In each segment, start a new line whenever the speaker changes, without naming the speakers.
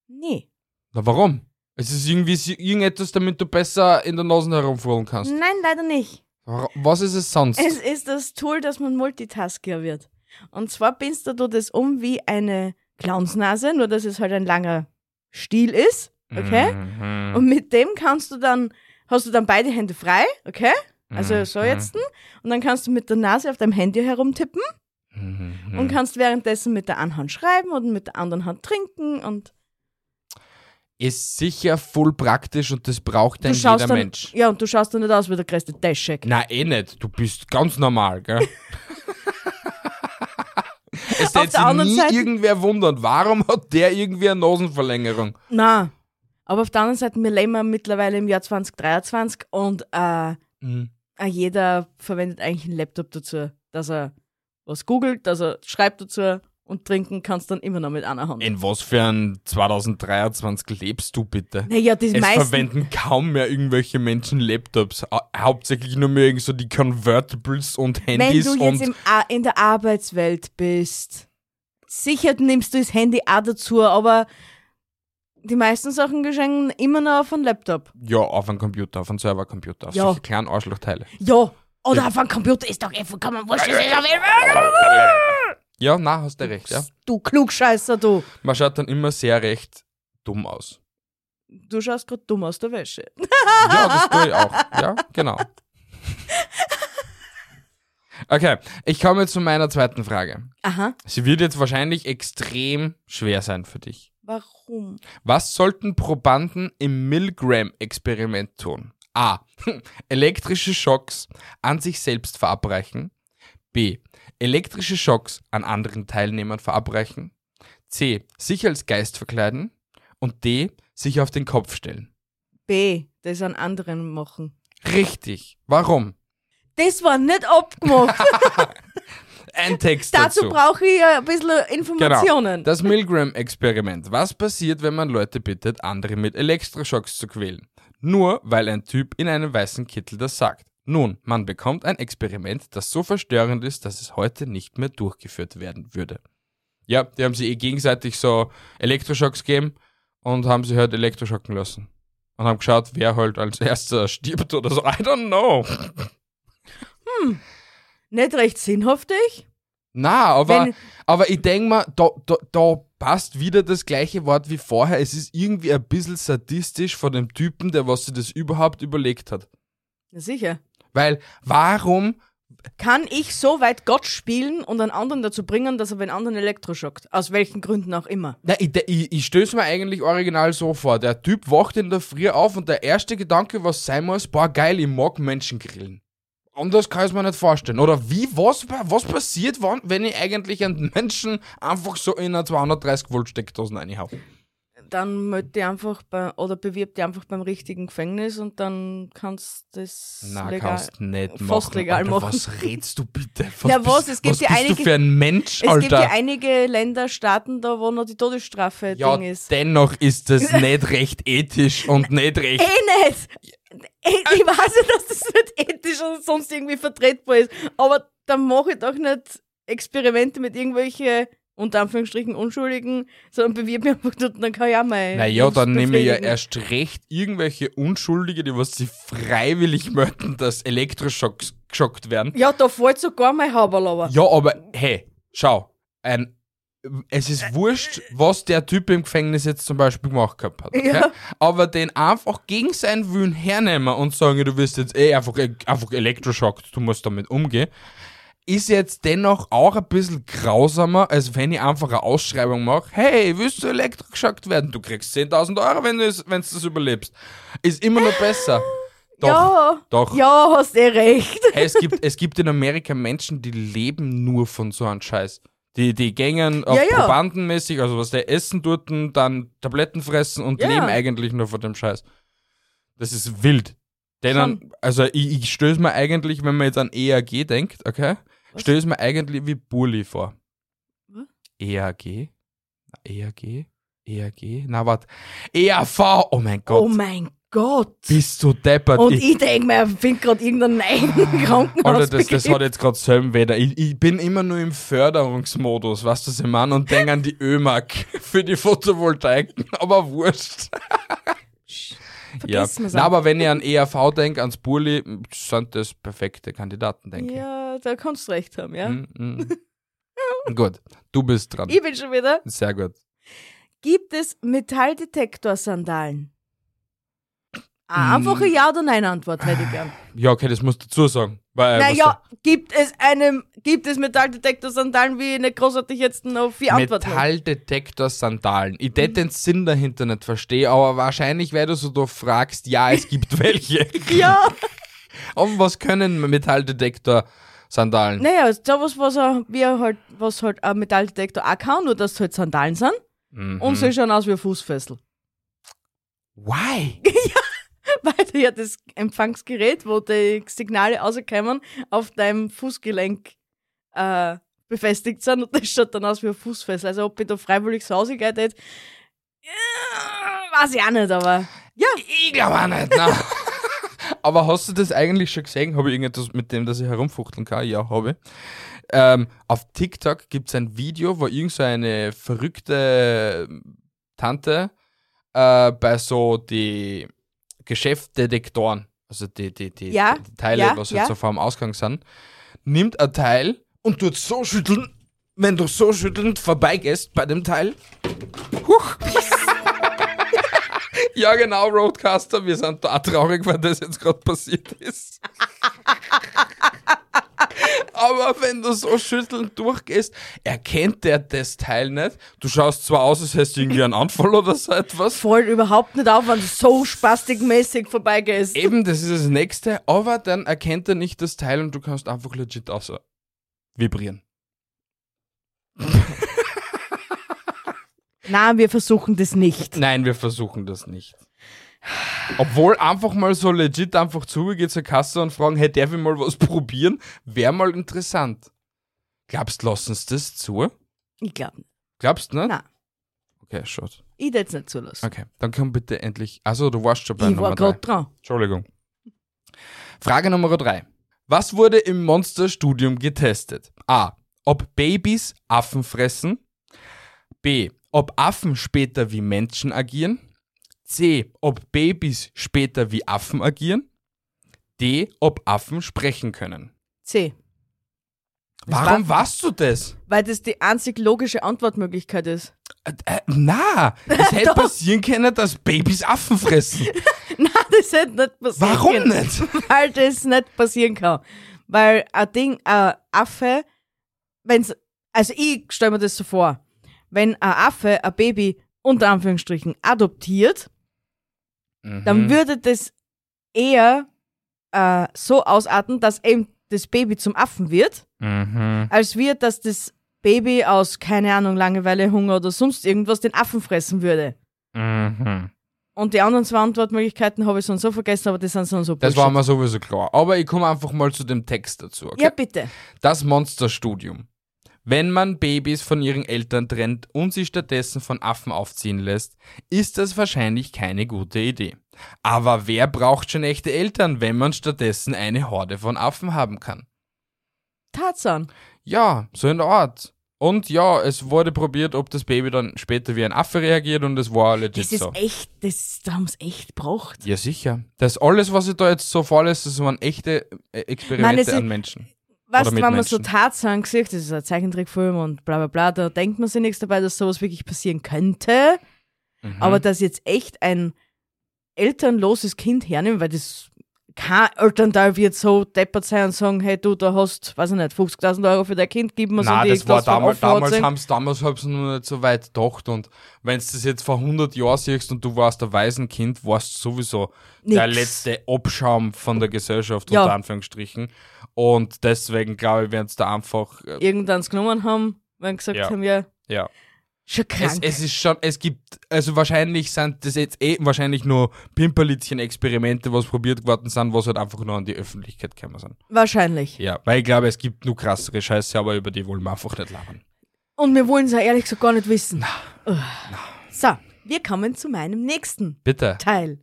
Nee.
Na, warum? Es ist irgendwie s- irgendetwas, damit du besser in der Nase herumfuhren kannst.
Nein, leider nicht.
Wa- Was ist es sonst?
Es ist das Tool, dass man Multitasker wird. Und zwar pinst du das um wie eine Clownsnase, nur dass es halt ein langer Stiel ist. Okay?
Mhm.
Und mit dem kannst du dann, hast du dann beide Hände frei, okay? Also so
Mhm.
jetzt. Und dann kannst du mit der Nase auf deinem Handy herumtippen
Mhm.
und kannst währenddessen mit der einen Hand schreiben und mit der anderen Hand trinken und
ist sicher voll praktisch und das braucht
du
dann
schaust
jeder
dann,
Mensch.
Ja, und du schaust dann nicht aus wie der größte Dashcheck.
Na eh nicht, du bist ganz normal, gell? es
der
hätte sich
anderen
nie
Seite-
irgendwer wundern, warum hat der irgendwie eine Nasenverlängerung?
Na, aber auf der anderen Seite, wir leben ja mittlerweile im Jahr 2023 und äh, äh, jeder verwendet eigentlich einen Laptop dazu, dass er was googelt, dass er schreibt dazu Und trinken kannst dann immer noch mit einer Hand.
In was für ein 2023 lebst du bitte?
Naja, die
Es
meisten.
verwenden kaum mehr irgendwelche Menschen Laptops. Hau- Hauptsächlich nur mehr irgend so die Convertibles und
Wenn
Handys
du jetzt
und
im, A- in der Arbeitswelt bist, sicher nimmst du das Handy auch dazu, aber die meisten Sachen geschenken immer noch auf einen Laptop.
ja, auf einen Computer, auf einen Servercomputer, auf
Ja.
solche kleinen Arschlochteile.
Ja, oder auf einem Computer ist doch einfach, kann man wurscht, das ist auf jeden Fall.
Ja, na, hast du recht, ja.
Du Klugscheißer, du.
Man schaut dann immer sehr recht dumm aus.
Du schaust gerade dumm aus der Wäsche.
Ja, das tue ich auch. Ja, genau. Okay, ich komme zu meiner zweiten Frage.
Aha.
Sie wird jetzt wahrscheinlich extrem schwer sein für dich.
Warum?
Was sollten Probanden im Milgram-Experiment tun? A. Elektrische Schocks an sich selbst verabreichen. B. Elektrische Schocks an anderen Teilnehmern verabreichen. C. Sich als Geist verkleiden. Und D. Sich auf den Kopf stellen.
B, das an anderen machen.
Richtig. Warum?
Das war nicht abgemacht.
Ein Text dazu.
Dazu brauche ich ja ein bisschen Informationen.
Genau. Das Milgram-Experiment. Was passiert, wenn man Leute bittet, andere mit Elektroschocks zu quälen? Nur weil ein Typ in einem weißen Kittel das sagt. Nun, man bekommt ein Experiment, das so verstörend ist, dass es heute nicht mehr durchgeführt werden würde. Ja, die haben sie eh gegenseitig so Elektroschocks gegeben und haben sie halt elektroschocken lassen. Und haben geschaut, wer halt als erster stirbt oder so. I don't know.
Nicht recht sinnhaftig?
Na, aber,
Wenn-
aber ich denke mal, da, da, da passt wieder das gleiche Wort wie vorher. Es ist irgendwie ein bisschen sadistisch von dem Typen, der was sich das überhaupt überlegt hat.
Na sicher.
Weil, warum?
Kann ich so weit Gott spielen und einen anderen dazu bringen, dass er den anderen Elektroschockt? Aus welchen Gründen auch immer.
Na, ich, ich, ich stöße mir eigentlich original so vor. Der Typ wacht in der Früh auf und der erste Gedanke, was sein muss, boah, geil, ich mag Menschen grillen. Anders kann ich es mir nicht vorstellen. Oder wie, was, was passiert, wann, wenn ich eigentlich einen Menschen einfach so in eine 230 Volt Steckdosen reinhau?
Dann meld die einfach bei, oder bewirb die einfach beim richtigen Gefängnis und dann kannst du das
Na,
legal.
kannst nicht
fast
machen.
legal
Alter,
machen.
Was redst du bitte? Was
Ja,
bist-
was? Es gibt
was
ja
bist du
einige-
für ein Mensch,
Es
Alter?
gibt ja einige Länder, Staaten da, wo noch die Todesstrafe
ja,
Ding ist.
dennoch ist das nicht recht ethisch und nicht recht.
eh nicht. Ich, ich weiß ja, dass das nicht ethisch und sonst irgendwie vertretbar ist, aber dann mache ich doch nicht Experimente mit irgendwelchen, unter Anführungsstrichen, Unschuldigen, sondern bewirb mich einfach dort und dann kann ich auch mal.
Naja, dann nehme ich ja
befriedigen.
erst recht irgendwelche Unschuldige, die was sie freiwillig möchten, dass Elektroschocks geschockt werden.
Ja, da fällt sogar mein Haberlauer.
Ja, aber hey, schau, ein, es
Äh,
ist wurscht, was der Typ im Gefängnis jetzt zum Beispiel gemacht gehabt hat. Okay?
Ja.
Aber den einfach gegen seinen Willen hernehmen und sagen, du wirst jetzt eh einfach, einfach elektroschockt, du musst damit umgehen, ist jetzt dennoch auch ein bisschen grausamer, als wenn ich einfach eine Ausschreibung mache, hey, willst du elektroschockt werden? Du kriegst 10.000 Euro, wenn du es wenn's das überlebst. Ist immer noch besser. Doch,
ja,
doch.
ja, hast eh recht.
Hey, es, gibt, es gibt in Amerika Menschen, die leben nur von so einem Scheiß. Die, die gängen auf
Ja, ja.
Probandenmäßig, also was der essen durften, dann Tabletten fressen und
Ja.
leben eigentlich nur von dem Scheiß. Das ist wild. Denen, also ich, ich stöße mir eigentlich, wenn man jetzt an EAG denkt, okay, stöße mir eigentlich wie Bulli vor.
Was?
EAG? Na, E EAG? EAG? Na, warte. EAV! Oh mein Gott.
Oh mein Gott.
Bist du deppert.
Und
Ich-
ich denke mir, ich finde gerade irgendeinen eigenen Krankenhaus.
Alter, das, das hat jetzt gerade selben Wetter. Ich, ich bin immer nur im Förderungsmodus, weißt du, was ich meine? Und denk an die ÖMAG für die Photovoltaiken, aber wurscht. Ja.
Vergessen wir's
Na,
auch.
aber wenn ich an E ERV denke, ans Burli, sind das perfekte Kandidaten, denke ich.
ja, da kannst du recht haben, ja.
Hm, hm. gut, du bist dran.
Ich bin schon wieder.
Sehr gut.
Gibt es Metalldetektorsandalen? Eine einfache Ja- oder Nein-Antwort hätte ich gern.
Ja, okay, das musst du dazu sagen. Weil, äh, was
naja, gibt es einem, gibt es Metalldetektorsandalen, wie ich nicht großartig jetzt noch vier
da-
Antworten habe?
Metalldetektor-Sandalen. Ich
Mhm.
tät den Sinn dahinter nicht verstehe, aber wahrscheinlich, weil du so doof fragst, ja, es gibt welche.
Ja,
Und was können Metalldetektor-Sandalen?
naja, sowas, was er, wie er halt, was halt ein Metalldetektor auch kann, nur dass es halt Sandalen sind und sie schauen aus wie ein Fußfessel.
Why?
Weil du ja das Empfangsgerät, wo die Signale rauskommen, auf deinem Fußgelenk äh, befestigt sind und das schaut dann aus wie ein Fußfessel. Also ob ich da freiwillig so rausgegangen hätte, äh, weiß ich auch nicht, aber ja,
Ich glaube auch nicht, nein. Aber hast du das eigentlich schon gesehen? Habe ich irgendetwas mit dem, dass ich herumfuchteln kann? Ja, habe ich. Ähm, auf TikTok gibt es ein Video, wo irgend so eine verrückte Tante äh, bei so die Geschäftdetektoren, also die, die, die,
Ja,
die Teile,
ja,
was
ja.
jetzt so vor dem Ausgang sind, nimmt ein Teil und tut so schütteln, wenn du so schüttelnd vorbeigehst bei dem Teil. Huch. ja, genau, Roadcaster, wir sind da traurig, weil das jetzt gerade passiert ist. Aber wenn du so schüttelnd durchgehst, erkennt der das Teil nicht. Du schaust zwar aus, als hättest du irgendwie einen Anfall oder so etwas.
voll überhaupt nicht auf, wenn du so spastikmäßig vorbeigehst.
Eben, das ist das Nächste, aber dann erkennt er nicht das Teil und du kannst einfach legit aus vibrieren.
Nein, wir versuchen das nicht.
Nein, wir versuchen das nicht. Obwohl einfach mal so legit einfach zugeht zur Kasse und fragen, hey, darf ich mal was probieren? Wäre mal interessant. Glaubst, lassen sie das zu?
Ich glaube nicht.
Glaubst du nicht?
Nein.
Okay, schaut.
Ich hätte es nicht zulassen.
Okay, dann komm bitte endlich. Also, du warst schon bei
Ich
Nummer
war
drei.
gerade dran.
Entschuldigung. Frage Nummer drei. Was wurde im Monsterstudium getestet? A. Ob Babys Affen fressen? B. Ob Affen später wie Menschen agieren? C. Ob Babys später wie Affen agieren? D. Ob Affen sprechen können.
C.
Warum warst du das?
Weil das die einzig logische Antwortmöglichkeit ist.
Äh, äh, na, es hätte passieren können, dass Babys Affen fressen.
Nein, das hätte nicht passieren
Warum
können.
nicht?
Weil das nicht passieren kann. Weil ein Ding, ein Affe, wenn's, also ich stelle mir das so vor, wenn ein Affe ein Baby unter Anführungsstrichen adoptiert,
Mhm.
dann würde das eher äh, so ausarten, dass eben das Baby zum Affen wird.
Mhm.
als wir, dass das Baby aus, keine Ahnung, Langeweile, Hunger oder sonst irgendwas den Affen fressen würde.
Mhm.
Und die anderen zwei Antwortmöglichkeiten habe ich so und so vergessen, aber die sind so und so
Das
Bullshit.
war mir sowieso klar. Aber ich komme einfach mal zu dem Text dazu. Okay?
Ja, bitte.
Das Monsterstudium. Wenn man Babys von ihren Eltern trennt und sie stattdessen von Affen aufziehen lässt, ist das wahrscheinlich keine gute Idee. Aber wer braucht schon echte Eltern, wenn man stattdessen eine Horde von Affen haben kann?
Tarzan.
Ja, so in der Art. Und ja, es wurde probiert, ob das Baby dann später wie ein Affe reagiert und es war legit
Das ist
so.
echt, das da haben sie echt braucht.
Ja, sicher. Das alles, was ich da jetzt so vorlese, das waren echte äh, Experimente
Nein, es ist-
an Menschen.
Weißt
Oder
du,
mit
wenn man so
Menschen.
Tarzan sieht, das ist ein Zeichentrickfilm und bla bla bla, da denkt man sich nichts dabei, dass sowas wirklich passieren könnte.
Mhm.
Aber dass jetzt echt ein elternloses Kind hernehmen, weil das kein Elternteil wird so deppert sein und sagen, hey du, da hast, weiß ich nicht, 50.000 Euro für dein Kind, gib mir so
Nein,
die
das war
Klasse vom
damals,
Offenrad
damals
sehen.
haben sie damals hab's noch nicht so weit gedacht und wenn du das jetzt vor 100 Jahren siehst und du warst ein Waisenkind, warst du sowieso der
Nix.
letzte Abschaum von der Gesellschaft,
Ja.
unter Anführungsstrichen. Und deswegen glaube ich, werden es da einfach, äh,
Irgendwanns genommen haben, wenn gesagt
Ja.
haben, ja,
ja.
schon
Es,
krank.
es ist schon, es gibt, also wahrscheinlich sind das jetzt eh wahrscheinlich nur Pimperlitzchen-Experimente, was probiert worden sind, was halt einfach nur an die Öffentlichkeit gekommen sind.
Wahrscheinlich.
Ja, weil ich glaube, es gibt nur krassere Scheiße, aber über die wollen wir einfach nicht labern.
Und wir wollen es ja ehrlich gesagt gar nicht wissen. Ugh. So, wir kommen zu meinem nächsten
Bitte.
Teil.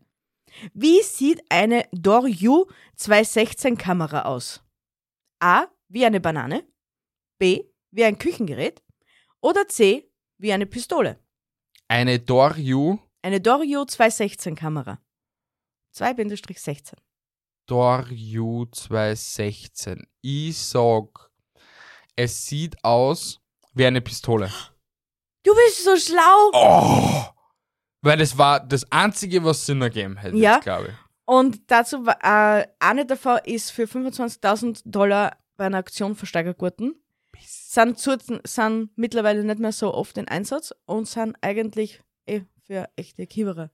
Wie sieht eine Dorju 216 Kamera aus? A. Wie eine Banane. B. Wie ein Küchengerät. Oder C. Wie eine Pistole.
Eine Dorju
Eine Dorju 216 Kamera. 2-16.
Dorju 216. Ich sag, es sieht aus wie eine Pistole.
Du bist so schlau!
Oh! Weil das war das Einzige, was Sinn ergeben hätte,
Ja.
glaube ich.
Und dazu, war- äh, eine davon ist für 25.000 Dollar bei einer Aktion versteigert worden. Sind, zur- sind mittlerweile nicht mehr so oft in Einsatz und sind eigentlich eh für echte Kieberer.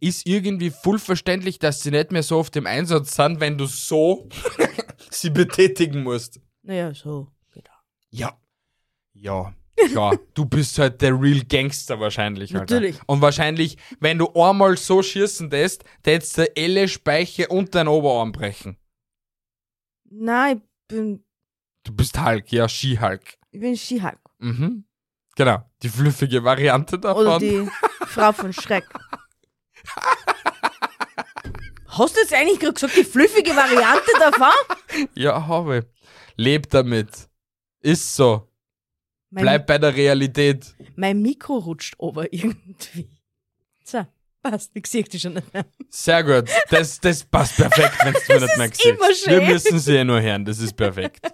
Ist irgendwie voll verständlich, dass sie nicht mehr so oft im Einsatz sind, wenn du so sie betätigen musst.
Naja, so. Genau.
Ja. Ja. Klar, du bist halt der Real Gangster wahrscheinlich. Alter.
Natürlich.
Und wahrscheinlich, wenn du einmal so schießen lässt, tätst du alle Speiche und deinen Oberarm brechen.
Nein, ich bin,
Du bist Hulk, ja, Ski-Hulk.
Ich bin She-Hulk.
Mhm. Genau, die flüffige Variante davon.
Oder die Frau von Schreck. Hast du jetzt eigentlich gerade gesagt, die flüffige Variante davon?
Ja, habe. ich. Leb damit. Ist so.
Mein,
Bleib bei der Realität.
mein Mikro rutscht aber irgendwie. So, passt. Ich sehe dich schon nicht mehr.
Sehr gut. Das, das passt perfekt, wenn du mir nicht merkst.
immer schön.
Wir müssen sie ja nur hören. Das ist perfekt.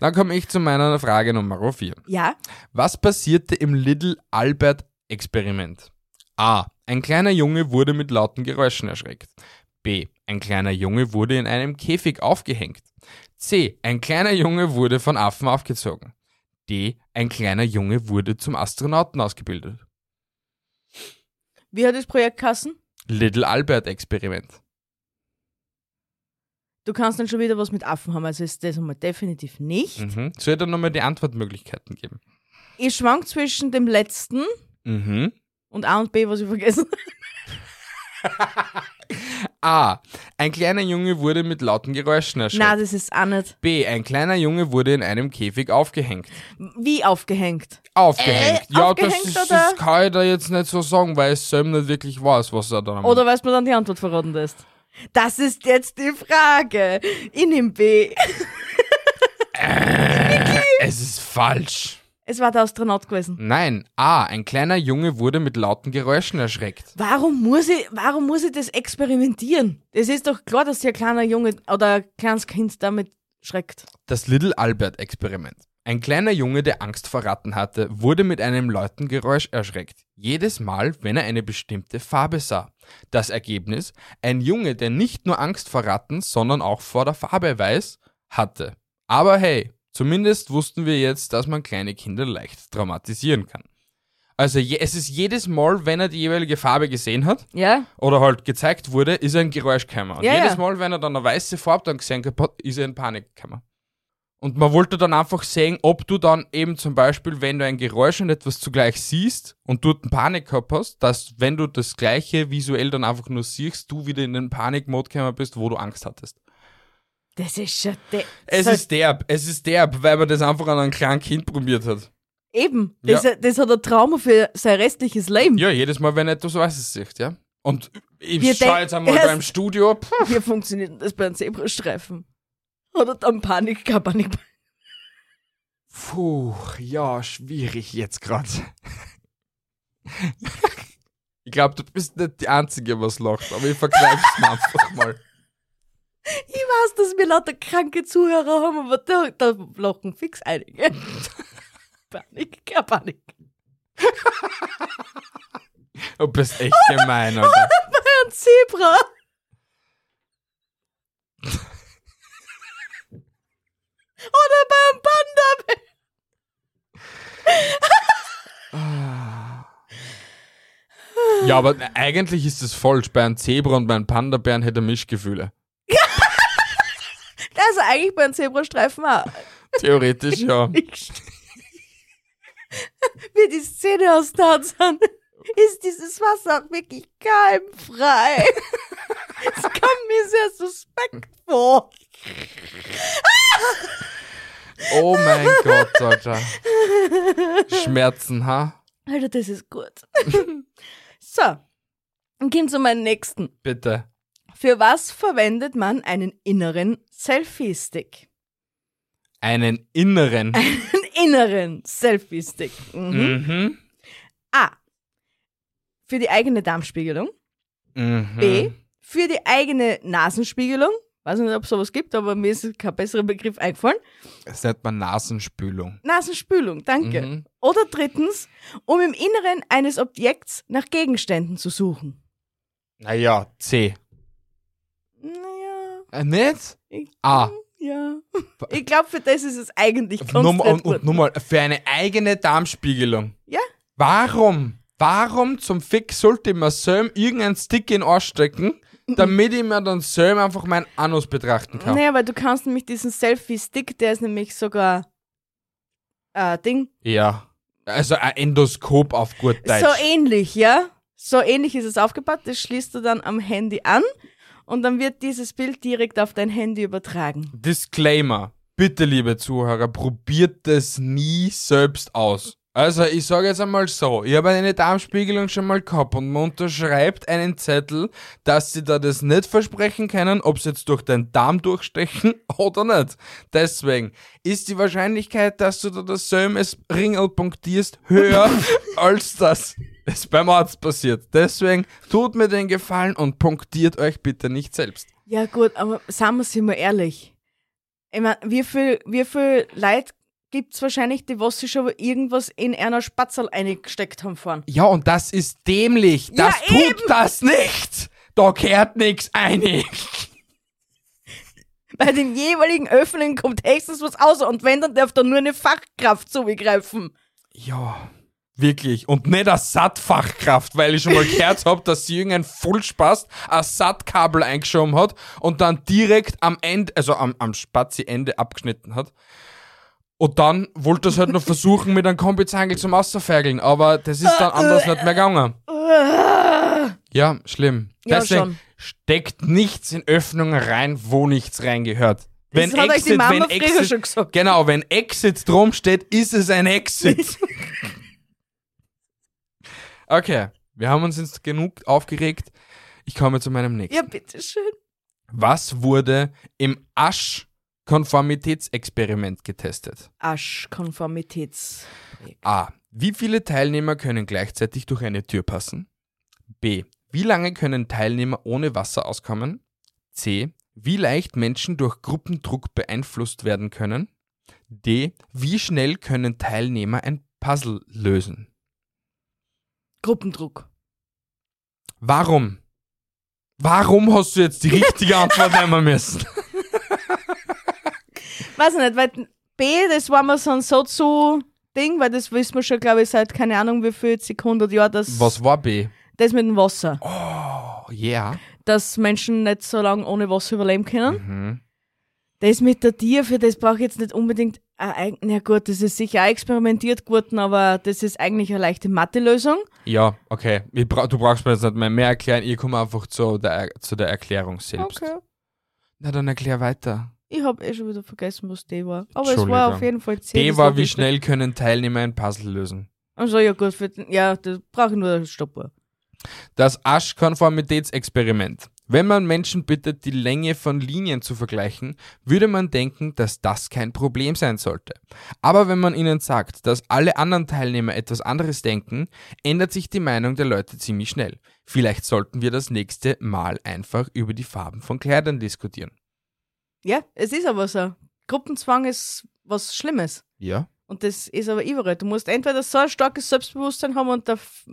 Dann komme ich zu meiner Frage Nummer 4.
Ja,
Was passierte im Little Albert Experiment? A. Ein kleiner Junge wurde mit lauten Geräuschen erschreckt. B. Ein kleiner Junge wurde in einem Käfig aufgehängt. C. Ein kleiner Junge wurde von Affen aufgezogen. D. Ein kleiner Junge wurde zum Astronauten ausgebildet.
wie hat das Projekt Kassen?
Little Albert Experiment.
Du kannst dann schon wieder was mit Affen haben, also ist das einmal definitiv nicht.
Mhm. Soll ich dann nochmal die Antwortmöglichkeiten geben?
Ich schwank zwischen dem letzten
Mhm.
und A und B, was ich vergessen habe.
A. Ein kleiner Junge wurde mit lauten Geräuschen
Nein,
erschreckt.
das ist auch nicht.
B. Ein kleiner Junge wurde in einem Käfig aufgehängt.
Wie aufgehängt?
Aufgehängt.
Äh,
ja,
aufgehängt,
das, ist,
oder?
das kann ich da jetzt nicht so sagen, weil es selber nicht wirklich weiß, was er da
Oder weil du mir dann die Antwort verraten lässt? Das ist jetzt die Frage. Ich nehme B.
Es ist falsch.
Es war der Astronaut gewesen.
Nein. A. Ein kleiner Junge wurde mit lauten Geräuschen erschreckt.
Warum muss ich, warum muss ich das experimentieren? Es ist doch klar, dass sich ein kleiner Junge oder ein kleines Kind damit schreckt.
Das Little Albert Experiment. Ein kleiner Junge, der Angst vor Ratten hatte, wurde mit einem lauten Geräusch erschreckt. Jedes Mal, wenn er eine bestimmte Farbe sah. Das Ergebnis? Ein Junge, der nicht nur Angst vor Ratten, sondern auch vor der Farbe weiß, hatte. Aber hey, zumindest wussten wir jetzt, dass man kleine Kinder leicht traumatisieren kann. Also je, es ist jedes Mal, wenn er die jeweilige Farbe gesehen hat,
Ja?
oder halt gezeigt wurde, ist er ein Geräuschkämmer. Und
Ja,
jedes
ja.
Mal, wenn er dann eine weiße Farbe dann gesehen hat, ist er in Panikkämmer. Und man wollte dann einfach sehen, ob du dann eben zum Beispiel, wenn du ein Geräusch und etwas zugleich siehst und dort einen Panik gehabt hast, dass wenn du das gleiche visuell dann einfach nur siehst, du wieder in den Panikmod gekommen bist, wo du Angst hattest.
Das ist schon de
Es
so-
ist derb, es ist derb, weil man das einfach an einem kleinen Kind probiert hat.
Eben.
Ja.
Das, das hat ein Trauma für sein restliches Leben.
Ja, jedes Mal, wenn etwas Weißes siehst, ja. Und
Wir
ich schaue
denk-
jetzt einmal
erst-
beim Studio, pff,
Wie funktioniert denn das bei einem Zebrastreifen? Oder dann Panik, keine Panik.
Puh, ja, schwierig jetzt gerade. ich glaube, du bist nicht die Einzige, was lacht, aber ich vergleiche es einfach mal.
Ich weiß, dass wir lauter kranke Zuhörer haben, aber da, da lachen fix einige. Panik, keine Panik.
Du bist echt gemein, Alter.
Ein Zebra. Oder bei einem Panda.
Ja, aber eigentlich ist es falsch. Bei einem Zebra und bei einem Panda-Bären hätte er Mischgefühle.
Also eigentlich bei einem Zebrastreifen auch.
Theoretisch ja.
Ich- Wie die Szene aus Tarzan ist dieses Wasser auch wirklich keimfrei. Es kommt mir sehr suspekt vor.
Oh mein Gott, Alter. Schmerzen, ha?
Alter, das ist gut. so, dann gehen zu meinem nächsten.
Bitte.
Für was verwendet man einen inneren Selfie-Stick?
Einen inneren.
Einen inneren Selfie-Stick. Mhm.
Mhm.
A. Für die eigene Darmspiegelung.
Mhm.
B. Für die eigene Nasenspiegelung. Weiß nicht, ob es sowas gibt, aber mir ist kein besserer Begriff eingefallen.
Das nennt man Nasenspülung.
Nasenspülung, danke.
Mhm.
Oder drittens, um im Inneren eines Objekts nach Gegenständen zu suchen.
Naja, C.
Naja,
Äh, nicht?
ich,
A.
ja. Ich glaube, für das ist es eigentlich ganz
Nummer,
nett
und,
gut.
und nochmal, für eine eigene Darmspiegelung.
Hm. Ja.
Warum? Warum zum Fick sollte ich mir selber irgendeinen Stick in den Arsch stecken,
Mhm.
damit ich mir dann selber einfach meinen Anus betrachten kann?
Naja, weil du kannst nämlich diesen Selfie-Stick, der ist nämlich sogar äh, Ding.
Ja. Also ein Endoskop auf gut Deutsch.
So ähnlich, ja? So ähnlich ist es aufgebaut. Das schließt du dann am Handy an und dann wird dieses Bild direkt auf dein Handy übertragen.
Disclaimer. Bitte, liebe Zuhörer, probiert das nie selbst aus. Also, ich sage jetzt einmal so, ich habe eine Darmspiegelung schon mal gehabt und man unterschreibt einen Zettel, dass sie da das nicht versprechen können, ob sie jetzt durch den Darm durchstechen oder nicht. Deswegen ist die Wahrscheinlichkeit, dass du da das Sömes Ringel punktierst, höher, als dass es beim Arzt passiert. Deswegen tut mir den Gefallen und punktiert euch bitte nicht selbst.
Ja gut, aber sagen wir mal ehrlich. Ich mein, wie viel, wie viel Leute gibt's wahrscheinlich, die was sie schon irgendwas in einer Spatzel eingesteckt haben vorn?
Ja, und das ist dämlich.
Ja,
Das tut
eben.
das nicht. Da kehrt nix einig.
Bei den jeweiligen Öffnungen kommt höchstens was aus und wenn, dann darf da nur eine Fachkraft zugreifen.
Ja, wirklich. Und nicht eine Sattfachkraft, weil ich schon mal gehört hab, dass sie irgendein Fullspast ein Sattkabel eingeschoben hat und dann direkt am Ende, also am, am Spazi-Ende abgeschnitten hat. Und dann wollte es halt noch versuchen, mit einem Kombizangel zum Auszufergeln, aber das ist dann anders nicht mehr gegangen. Ja, schlimm.
Ja,
Deswegen
schon.
steckt nichts in Öffnungen rein, wo nichts reingehört. Wenn
hat euch die Mama
wenn
früher
Exit,
schon gesagt.
Genau, wenn Exit drum steht, ist es ein Exit. okay, wir haben uns jetzt genug aufgeregt. Ich komme zu meinem nächsten.
Ja, bitteschön.
Was wurde im Asch-Konformitätsexperiment getestet?
Aschkonformitäts.
A. Wie viele Teilnehmer können gleichzeitig durch eine Tür passen? B. Wie lange können Teilnehmer ohne Wasser auskommen? C. Wie leicht Menschen durch Gruppendruck beeinflusst werden können? D. Wie schnell können Teilnehmer ein Puzzle lösen?
Gruppendruck.
Warum? Warum hast du jetzt die richtige Antwort nehmen müssen?
Weiß ich nicht, weil B, das war mir sonst so zu Ding, weil das wissen wir schon, glaube ich, seit keine Ahnung wie viel Sekunden Jahr, das,
Was war B?
das mit dem Wasser.
Oh, yeah.
Dass Menschen nicht so lange ohne Wasser überleben
Mhm.
können. Das mit der Tier, für das brauche ich jetzt nicht unbedingt. ein eig- Na gut, das ist sicher auch experimentiert geworden, aber das ist eigentlich eine leichte Mathe-Lösung.
Ja, okay. Ich bra du brauchst mir jetzt nicht mehr, mehr erklären. Ich komme einfach zu der, zu der Erklärung selbst. Na, dann erklär weiter.
Ich habe eh schon wieder vergessen, was D war. Aber es war
Entschuldigung.
auf jeden Fall C.
D
das
war, wie
logisch.
schnell können Teilnehmer ein Puzzle lösen.
Also ja gut, für, den- ja, das brauche ich nur eine Stoppuhr.
Das Asch-Konformitätsexperiment. Wenn man Menschen bittet, die Länge von Linien zu vergleichen, würde man denken, dass das kein Problem sein sollte. Aber wenn man ihnen sagt, dass alle anderen Teilnehmer etwas anderes denken, ändert sich die Meinung der Leute ziemlich schnell. Vielleicht sollten wir das nächste Mal einfach über die Farben von Kleidern diskutieren.
Ja, es ist aber so. Gruppenzwang ist was Schlimmes.
Ja?
Und das ist aber überall. Du musst entweder so ein starkes Selbstbewusstsein haben und da, f-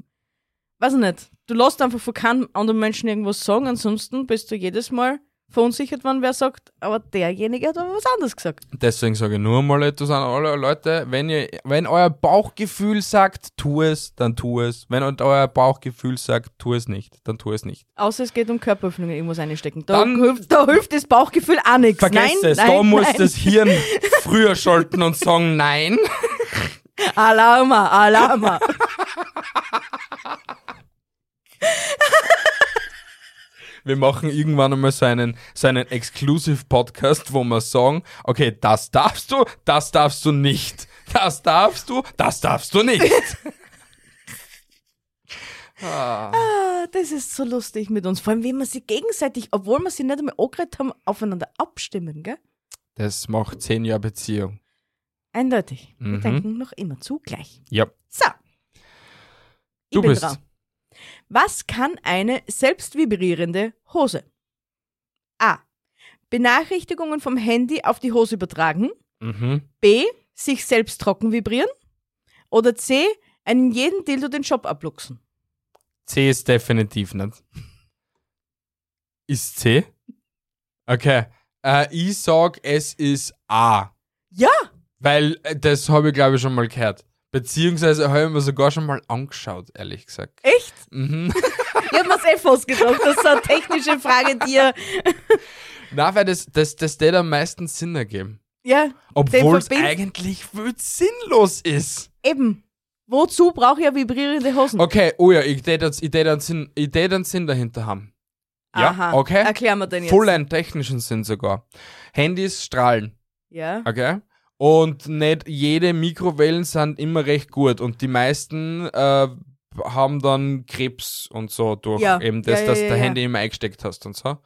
weiß ich nicht, du lässt einfach von keinem anderen Menschen irgendwas sagen, ansonsten bist du jedes Mal verunsichert, wenn wer sagt, aber derjenige hat aber was anderes gesagt.
Deswegen sage ich nur mal etwas an alle Leute, wenn ihr, wenn euer Bauchgefühl sagt, tu es, dann tu es. Wenn euer Bauchgefühl sagt, tu es nicht, dann tu es nicht.
Außer es geht um Körperöffnungen, irgendwas einstecken. Da,
Dann-
hilft, da hilft das Bauchgefühl auch nichts.
Vergesst
nein,
es,
nein,
da muss
nein.
das Hirn früher schalten und sagen nein.
Alarma, Alarma.
Wir machen irgendwann einmal so einen, so einen Exclusive-Podcast, wo wir sagen, okay, das darfst du, das darfst du nicht. Das darfst du, das darfst du nicht.
Ah, das ist so lustig mit uns. Vor allem, wenn wir sie gegenseitig, obwohl wir sie nicht einmal angeredet haben, aufeinander abstimmen, gell?
Das macht zehn Jahre Beziehung.
Eindeutig. Wir
Mhm.
denken noch immer zugleich.
Ja.
So. Ich
Du
bin
bist.
dran. Was kann eine selbst vibrierende Hose? A. Benachrichtigungen vom Handy auf die Hose übertragen.
Mhm.
B. Sich selbst trocken vibrieren. Oder C. Einen jeden Dildo den Shop abluchsen.
C ist definitiv nicht. Ist C? Okay. Äh, ich sag, es ist A.
Ja,
Weil äh, das habe ich, glaube ich, schon mal gehört. Beziehungsweise habe ich mir sogar schon mal angeschaut, ehrlich gesagt.
echt?
Mhm.
Ich hab mir's eh fast gedacht. Das ist so eine technische Frage, die ihr.
Na, weil das, das, das der am meisten Sinn ergeben.
Ja,
Obwohl es
verbind-
eigentlich viel sinnlos ist.
eben. Wozu brauche ich ja vibrierende Hosen?
Okay, oh ja, ich tät jetzt- ich tät einen Sinn, ich tät einen Sinn dahinter haben. Ja,
Aha.
okay.
Erklär mir den jetzt.
Voll einen technischen Sinn sogar. Handys strahlen.
Ja.
Okay. Und nicht jede Mikrowellen sind immer recht gut und die meisten äh, haben dann Krebs und so durch
Ja.
eben das,
Ja, ja,
dass
ja,
der
ja.
Handy immer eingesteckt hast und so.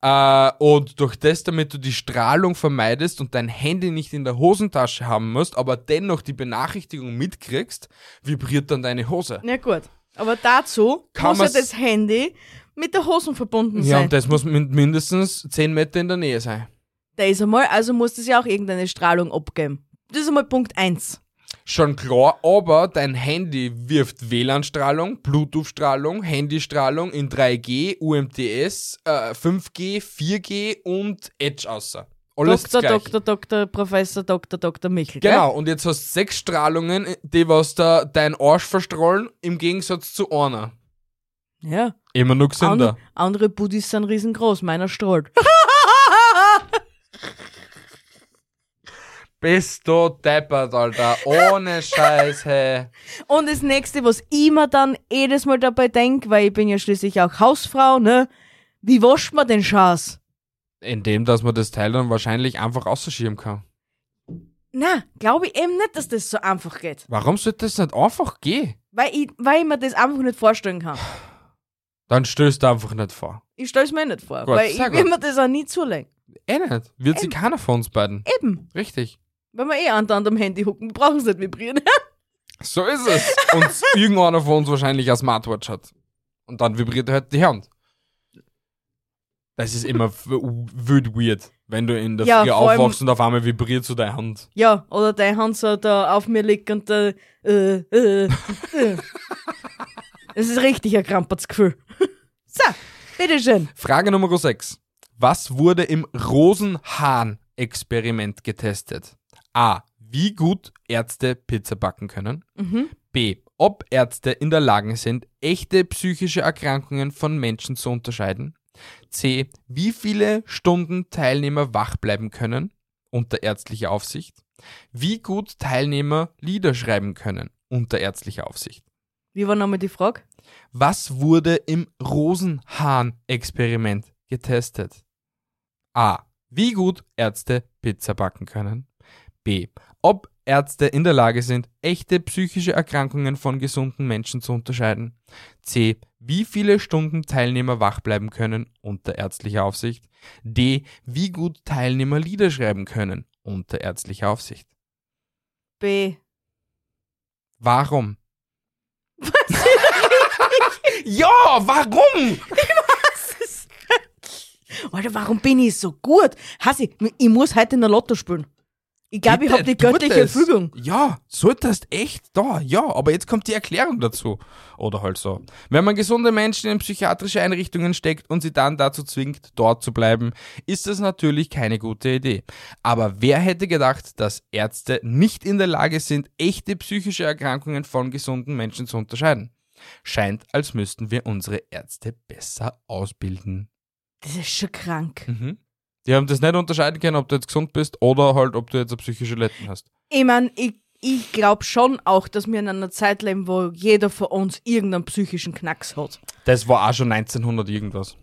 Äh, und durch das, damit du die Strahlung vermeidest und dein Handy nicht in der Hosentasche haben musst, aber dennoch die Benachrichtigung mitkriegst, vibriert dann deine Hose.
Na gut. Aber dazu
Kann
muss ja
man's-
das Handy mit der Hosen verbunden
Ja,
sein.
und das muss min- mindestens 10 Meter in der Nähe sein.
Da ist einmal, also muss das ja auch irgendeine Strahlung abgeben. Das ist einmal Punkt 1.
Schon klar, aber dein Handy wirft WLAN-Strahlung, Bluetooth-Strahlung, Handystrahlung in 3G, UMTS, äh, 5G, 4G und Edge außer. Alles
Doktor,
das Gleiche.
Doktor, Doktor, Professor, Doktor, Doktor Michel. gell?
Genau, und jetzt hast du sechs Strahlungen, die was da dein Arsch verstrahlen, im Gegensatz zu einer.
Ja.
Immer nur gesünder.
Andere, andere Buddhis sind riesengroß, meiner strahlt.
Bist du deppert, Alter. Ohne Scheiße.
Und das nächste, was ich mir dann jedes Mal dabei denke, weil ich bin ja schließlich auch Hausfrau, ne? Wie wascht man den Scheiß?
Indem, dass man das Teil dann wahrscheinlich einfach ausschieben kann.
Na, glaube ich eben nicht, dass das so einfach geht.
Warum sollte das nicht einfach gehen?
Weil ich, weil ich mir das einfach nicht vorstellen kann.
Dann stößt einfach nicht vor.
Ich stelle es mir nicht vor,
Gut,
weil ich
sehr
will
gut.
mir das auch nie zulegen.
Eh nicht. Wird sie keiner von uns beiden.
Eben,
Richtig.
wenn wir eh andauernd am Handy hucken, wir brauchen es nicht vibrieren.
So ist es. Und irgendeiner von uns wahrscheinlich eine Smartwatch hat. Und dann vibriert halt die Hand. Das ist immer w- wild weird, wenn du in der
Ja,
Früh
vor allem-
aufwachst und auf einmal vibriert so deine Hand.
ja, oder deine Hand so da auf mir liegt und da, äh, äh, äh. Es ist richtig ein krampertes Gefühl. So, bitteschön.
Frage Nummer 6. Was wurde im Rosenhahn-Experiment getestet? A. Wie gut Ärzte Pizza backen können. B. Ob Ärzte in der Lage sind, echte psychische Erkrankungen von Menschen zu unterscheiden. C. Wie viele Stunden Teilnehmer wach bleiben können unter ärztlicher Aufsicht. Wie gut Teilnehmer Lieder schreiben können unter ärztlicher Aufsicht.
Wie war nochmal die Frage?
Was wurde im Rosenhahn-Experiment getestet? A. Wie gut Ärzte Pizza backen können. B. Ob Ärzte in der Lage sind, echte psychische Erkrankungen von gesunden Menschen zu unterscheiden. C. Wie viele Stunden Teilnehmer wach bleiben können unter ärztlicher Aufsicht. D. Wie gut Teilnehmer Lieder schreiben können unter ärztlicher Aufsicht.
B.
Warum? ja, warum?
Alter, warum bin ich so gut? Hasi, ich muss heute in der Lotto spielen. Ich glaube, ich
Bitte,
habe die
tu
göttliche
das.
Fügung.
Ja, solltest echt da, ja, aber jetzt kommt die Erklärung dazu. Oder halt so. Wenn man gesunde Menschen in psychiatrische Einrichtungen steckt und sie dann dazu zwingt, dort zu bleiben, ist das natürlich keine gute Idee. Aber wer hätte gedacht, dass Ärzte nicht in der Lage sind, echte psychische Erkrankungen von gesunden Menschen zu unterscheiden? Scheint, als müssten wir unsere Ärzte besser ausbilden.
Das ist schon krank.
Mhm. Die haben das nicht unterscheiden können, ob du jetzt gesund bist oder halt, ob du jetzt eine psychische Letten hast.
Ich meine, ich, ich glaube schon auch, dass wir in einer Zeit leben, wo jeder von uns irgendeinen psychischen Knacks hat.
Das war auch schon 1900 irgendwas.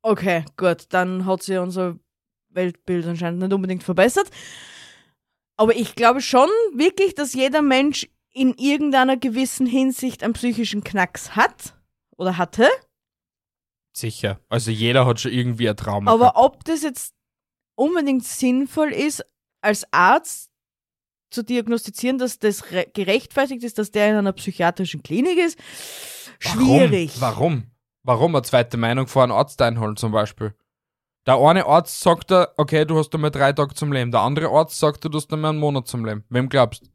Okay, gut, dann hat sich unser Weltbild anscheinend nicht unbedingt verbessert. Aber ich glaube schon wirklich, dass jeder Mensch in irgendeiner gewissen Hinsicht einen psychischen Knacks hat oder hatte.
Sicher. Also jeder hat schon irgendwie ein Trauma.
Aber
gehabt.
ob das jetzt unbedingt sinnvoll ist, als Arzt zu diagnostizieren, dass das re- gerechtfertigt ist, dass der in einer psychiatrischen Klinik ist, schwierig.
Warum? Warum? Warum eine zweite Meinung vor einem Arzt einholen zum Beispiel? Der eine Arzt sagt dir, okay, du hast einmal drei Tage zum Leben. Der andere Arzt sagt dir, du hast einmal einen Monat zum Leben. Wem glaubst?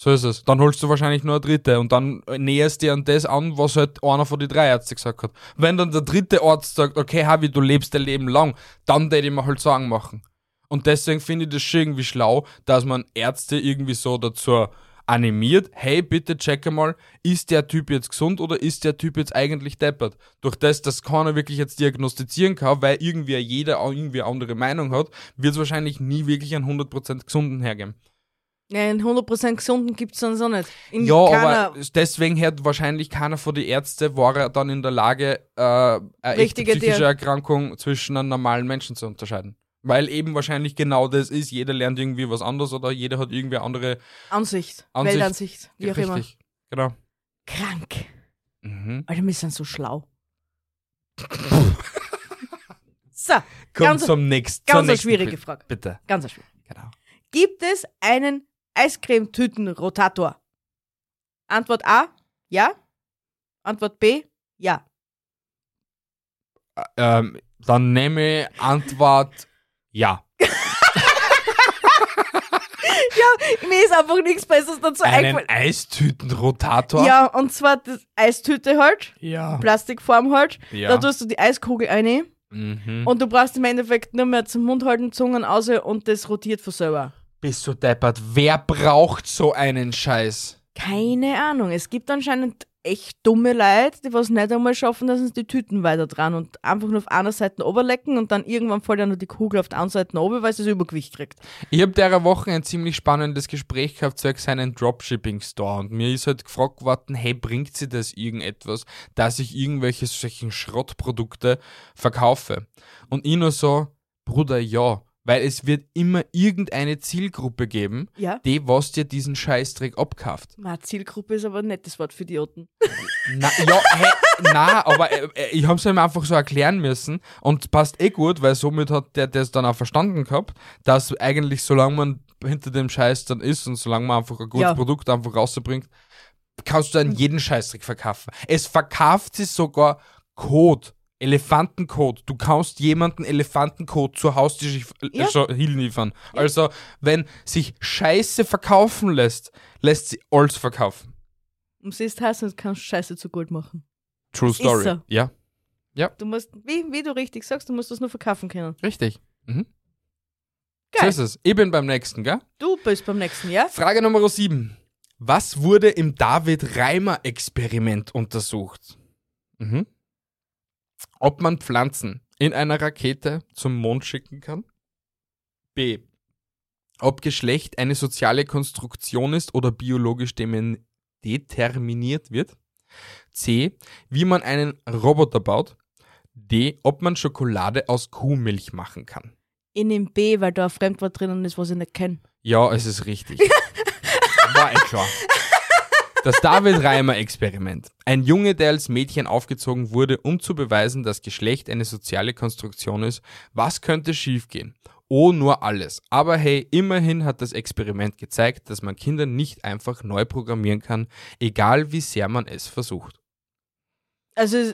So ist es. Dann holst du wahrscheinlich nur eine dritte und dann näherst dir an das an, was halt einer von den drei Ärzten gesagt hat. Wenn dann der dritte Arzt sagt, okay, Havi, du lebst dein Leben lang, dann würde ich mir halt Sorgen machen. Und deswegen finde ich das schon irgendwie schlau, dass man Ärzte irgendwie so dazu animiert, hey, bitte check einmal, ist der Typ jetzt gesund oder ist der Typ jetzt eigentlich deppert? Durch das, dass keiner wirklich jetzt diagnostizieren kann, weil irgendwie jeder auch irgendwie eine andere Meinung hat, wird es wahrscheinlich nie wirklich einen 100% gesunden hergeben.
Nein, 100% gesunden gibt es sonst auch nicht. In
Ja,
keiner
aber deswegen hört wahrscheinlich keiner von den Ärzten, war er dann in der Lage, äh, eine echte
Richtige
psychische
Dia-
Erkrankung zwischen einem normalen Menschen zu unterscheiden. Weil eben wahrscheinlich genau das ist, jeder lernt irgendwie was anderes oder jeder hat irgendwie eine andere
Ansicht,
Ansicht.
Weltansicht, wie auch immer.
Richtig. Genau.
Krank.
Mhm.
Alter, wir sind so schlau. so,
Komm
Ganz-
zum nächsten.
ganz
zur
eine
nächsten
schwierige
Pri-
Frage.
Bitte.
ganz schön.
Genau.
Gibt es einen Eiscremetüten-Rotator? Antwort A, ja. Antwort B, ja.
Ähm, dann nehme ich Antwort ja.
Mir ist einfach nichts Besseres dazu
Einen
eingefallen.
Eistütenrotator?
Ja, und zwar das Eistüte halt,
Ja.
Plastikform halt.
Oh. Ja.
Da tust du die Eiskugel rein
Mhm.
und du brauchst im Endeffekt nur mehr zum Mund halten, Zungen raus und das rotiert von selber.
Bist du deppert? Wer braucht so einen Scheiß?
Keine Ahnung. Es gibt anscheinend echt dumme Leute, die was nicht einmal schaffen, dass uns die Tüten weiter dran und einfach nur auf einer Seite oberlecken und dann irgendwann fällt ja nur die Kugel auf der anderen Seite oben, weil sie das Übergewicht kriegt.
Ich habe derer Woche ein ziemlich spannendes Gespräch gehabt zu seinen Dropshipping-Store und mir ist halt gefragt worden, hey, bringt sie das irgendetwas, dass ich irgendwelche solchen Schrottprodukte verkaufe? Und ich nur so, Bruder, ja, weil es wird immer irgendeine Zielgruppe geben,
Ja.
die was dir diesen Scheißdreck abkauft.
Ma, Zielgruppe ist aber ein nettes Wort für Idioten.
Na, ja, hä, na, aber äh, äh, ich hab's ihm einfach so erklären müssen und passt eh gut, weil somit hat der das dann auch verstanden gehabt, dass eigentlich solange man hinter dem Scheiß dann ist und solange man einfach ein gutes
Ja. Mhm.
Produkt einfach rausbringt, kannst du an jeden Scheißdreck verkaufen. Es verkauft sich sogar Code. Elefantencode. Du kannst jemanden Elefantencode zur Haustür
Ja.
äh, hinliefern. Also, wenn sich Scheiße verkaufen lässt, lässt sie alles verkaufen.
Um sie ist heißen, du kannst Scheiße zu Gold machen.
True Story.
so.
Ja.
Du musst, wie, wie du richtig sagst, du musst das nur verkaufen können.
Richtig. Mhm.
Geil.
So ist es. Ich bin beim nächsten, gell?
Du bist beim nächsten, ja?
Frage Nummer 7. Was wurde im David-Reimer-Experiment untersucht? Mhm. Ob man Pflanzen in einer Rakete zum Mond schicken kann? B. Ob Geschlecht eine soziale Konstruktion ist oder biologisch demin- determiniert wird? C. Wie man einen Roboter baut? D. Ob man Schokolade aus Kuhmilch machen kann?
Ich nehme B, weil da ein Fremdwort drinnen ist, was ich nicht kenne.
Ja, es ist richtig. War eh klar. Das David Reimer Experiment. Ein Junge, der als Mädchen aufgezogen wurde, um zu beweisen, dass Geschlecht eine soziale Konstruktion ist. Was könnte schiefgehen? Oh, nur alles. Aber hey, immerhin hat das Experiment gezeigt, dass man Kinder nicht einfach neu programmieren kann, egal wie sehr man es versucht.
Also,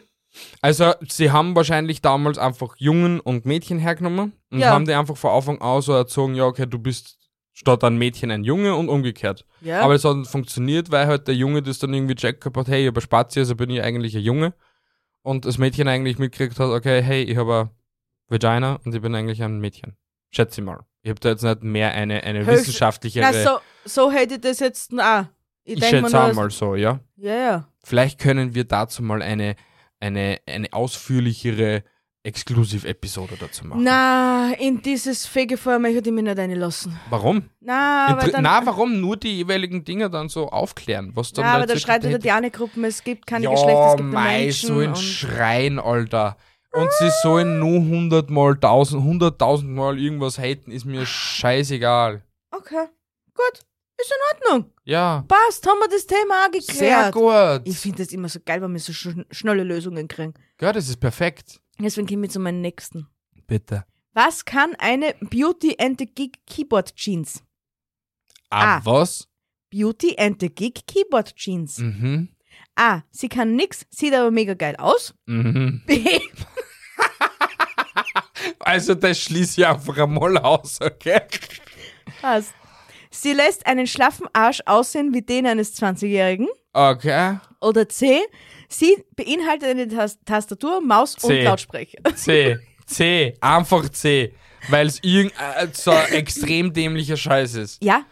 Also, sie haben wahrscheinlich damals einfach Jungen und Mädchen hergenommen und
Ja.
haben die einfach von Anfang an so erzogen, ja, okay, du bist statt ein Mädchen ein Junge und umgekehrt.
ja.
Aber es hat nicht funktioniert, weil halt der Junge das dann irgendwie checkt gehabt hat, hey, ich habe Spazier, also bin ich eigentlich ein Junge. Und das Mädchen eigentlich mitgekriegt hat, okay, hey, ich habe eine Vagina und ich bin eigentlich ein Mädchen. Schätze ich mal. Ich habe da jetzt nicht mehr eine, eine
Höchst-
wissenschaftliche.
Na, so, so hätte ich das jetzt auch.
ich
denk mir
schätze auch
nur,
mal so, ja.
Ja, ja.
Vielleicht können wir dazu mal eine, eine, eine ausführlichere Exclusive-Episode dazu machen.
Na, in dieses Fegefeuer möchte ich mich nicht einlassen.
Warum?
Na, weil
Inter-
dann,
Na, warum nur die jeweiligen Dinge dann so aufklären? Was dann
na, aber da
tatsächlich
schreit wieder
dahinter-
die eine Gruppe, es gibt keine
ja,
Geschlechter, es gibt nur
mei,
Menschen.
so ein
und-
Schrein, Alter. Und sie sollen nur hundertmal, tausend, hunderttausendmal irgendwas haten, ist mir scheißegal.
okay, gut, ist in Ordnung.
Ja,
Passt, haben wir das Thema auch geklärt.
sehr gut.
Ich finde das immer so geil, wenn wir so schn schnelle Lösungen kriegen.
Ja, das ist perfekt.
Deswegen gehen wir zu meinem nächsten.
Bitte.
Was kann eine Beauty and the Geek Keyboard Jeans?
Ah,
Ah.
was?
Beauty and the Geek Keyboard Jeans.
Mhm.
A. Sie kann nix, sieht aber mega geil aus.
Mhm.
B.
Also, das schließe ich einfach einmal aus, okay?
Passt. Sie lässt einen schlaffen Arsch aussehen wie den eines 20-Jährigen.
Okay.
Oder C. Sie beinhaltet eine Tas Tastatur, Maus
C.
und Lautsprecher.
C. C. Einfach C. Weil es irgendein so ein extrem dämlicher Scheiß ist.
Ja,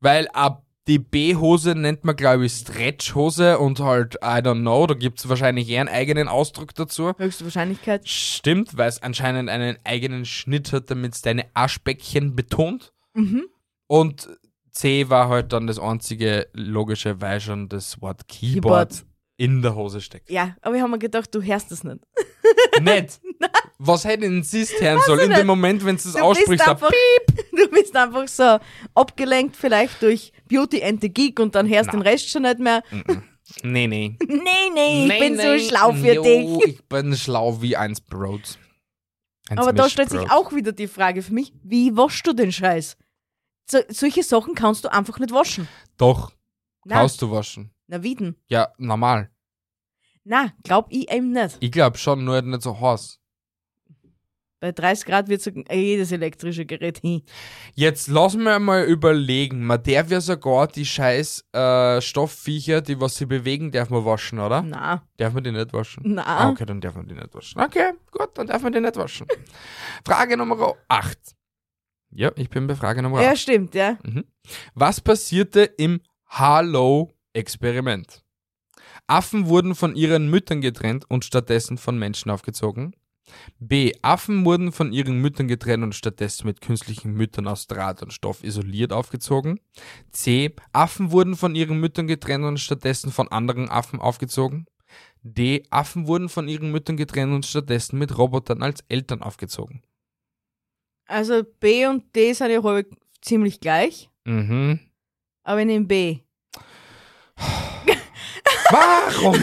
Weil ab die B-Hose nennt man, glaube ich, Stretchhose und halt, I don't know, da gibt es wahrscheinlich eher einen eigenen Ausdruck dazu.
höchste Wahrscheinlichkeit.
Stimmt, weil es anscheinend einen eigenen Schnitt hat, damit es deine Arschbäckchen betont.
Mhm.
Und C war halt dann das einzige logische, weil schon das Wort Keyboard,
Keyboard.
in der Hose steckt.
Ja, aber ich habe mir gedacht, du hörst das nicht.
Nett! Was hätte ein Cis-Herrn soll in
nicht.
dem Moment, wenn du es
Du
aussprichst?
bist,
da-
einfach, du bist einfach so abgelenkt, vielleicht durch Beauty and the Geek und dann hörst den Rest schon nicht mehr.
Hm. Nee, nee.
Nee, nee, ich
Nein,
bin
nein,
so schlau für
jo,
dich.
Ich bin schlau wie eins Brot. Eins
Aber da
Mischbrot.
stellt sich auch wieder die Frage für mich, wie waschst du den Scheiß? So, solche Sachen kannst du einfach nicht waschen.
Doch,
Na,
kannst du waschen.
na wie denn?
Ja, normal.
Na, glaub ich eben nicht.
Ich glaube schon, nur halt nicht so heiß.
Bei 30 Grad wird so jedes elektrische Gerät hin.
Jetzt lass mir mal überlegen. Man darf ja sogar die scheiß äh, Stoffviecher, die was sie bewegen, darf man waschen, oder?
Na,
Darf man die nicht waschen?
Na.
Ah, okay, dann darf man die nicht waschen. Okay, gut, dann darf man die nicht waschen. Frage Nummer 8. Ja, ich bin bei Frage Nummer 8.
ja stimmt, ja.
Was passierte im Harlow-Experiment? Affen wurden von ihren Müttern getrennt und stattdessen von Menschen aufgezogen. B. Affen wurden von ihren Müttern getrennt und stattdessen mit künstlichen Müttern aus Draht und Stoff isoliert aufgezogen. C. Affen wurden von ihren Müttern getrennt und stattdessen von anderen Affen aufgezogen. D. Affen wurden von ihren Müttern getrennt und stattdessen mit Robotern als Eltern aufgezogen.
Also B und D sind ja halb ziemlich gleich,
Mhm.
aber ich nehme B.
Warum?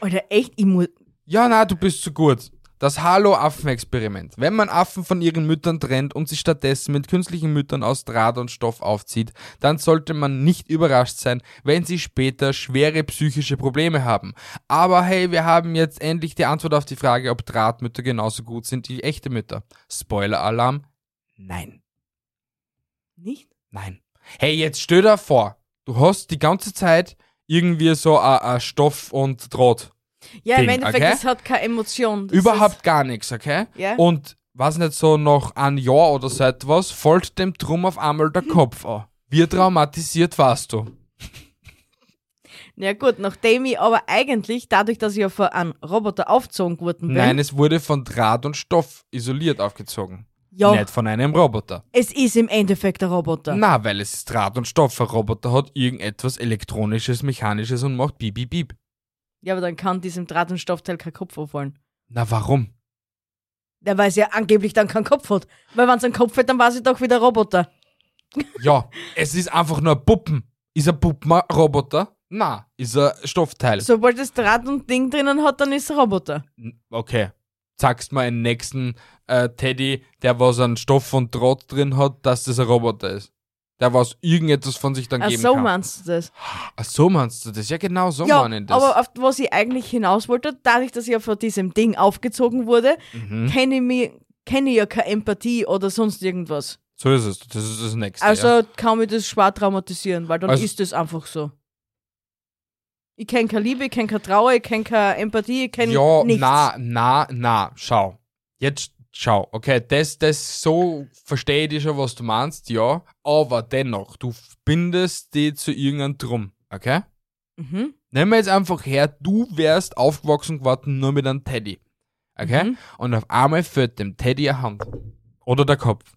Alter, echt, ich muss.
Ja, na, du bist zu gut. Das Hallo-Affen-Experiment. Wenn man Affen von ihren Müttern trennt und sie stattdessen mit künstlichen Müttern aus Draht und Stoff aufzieht, dann sollte man nicht überrascht sein, wenn sie später schwere psychische Probleme haben. Aber hey, wir haben jetzt endlich die Antwort auf die Frage, ob Drahtmütter genauso gut sind wie echte Mütter. Spoiler-Alarm? Nein.
Nicht?
Nein. Hey, jetzt stell dir vor, du hast die ganze Zeit irgendwie so a, a Stoff und Draht.
Ja, im
Ding,
Endeffekt,
okay?
es hat keine Emotion. Das
Überhaupt gar nichts, okay?
Ja.
Und was nicht so nach ein Jahr oder so etwas, fällt dem drum auf einmal
Mhm.
der Kopf an. Wie traumatisiert warst du?
Ist, na gut, nachdem ich aber eigentlich, dadurch, dass ich ja von einem Roboter aufgezogen worden bin,
Nein, es wurde von Draht und Stoff isoliert aufgezogen.
ja,
Nicht von einem Roboter.
es ist im Endeffekt ein Roboter.
Na, weil es ist Draht und Stoff. Ein Roboter hat irgendetwas Elektronisches, Mechanisches und macht Bieb, Bieb, Bieb.
Ja, aber dann kann diesem Draht- und Stoffteil kein Kopf auffallen.
Na, warum?
Der weiß ja angeblich dann keinen Kopf hat. Weil wenn es einen Kopf hat, dann war sie doch wieder ein Roboter.
Ja, es ist einfach nur ein Puppen. Ist ein Puppen ein Roboter? Na, ist ein Stoffteil.
Sobald das Draht und Ding drinnen hat, dann ist er Roboter.
okay, zeigst mal einen nächsten äh, Teddy, der was an Stoff und Draht drin hat, dass das ein Roboter ist. Der was irgendetwas von sich dann
Ach,
geben
so
kann.
meinst du das?
Ach so meinst du das? Ja, genau so
ja,
meine ich das.
aber äh, auf was ich eigentlich hinaus wollte, dadurch, dass ich ja von diesem Ding aufgezogen wurde,
Mhm.
kenne ich, mich- kenne ich ja keine Empathie oder sonst irgendwas.
so ist es. Das ist das Nächste.
Also
ja.
kann mich das schwer traumatisieren, weil dann
Also-
ist das einfach so. Ich kenne keine Liebe, ich kenne keine Trauer, ich kenne keine Empathie, ich kenne
ja,
nichts.
na, na, na, schau. Jetzt schau, okay, das, das so verstehe ich schon, was du meinst, ja, aber dennoch, du bindest die zu irgendeinem Drum, okay?
Mhm.
Nehmen wir jetzt einfach her, du wärst aufgewachsen geworden nur mit einem Teddy. Okay?
Mhm.
Und auf einmal fällt dem Teddy eine Hand. Oder der Kopf.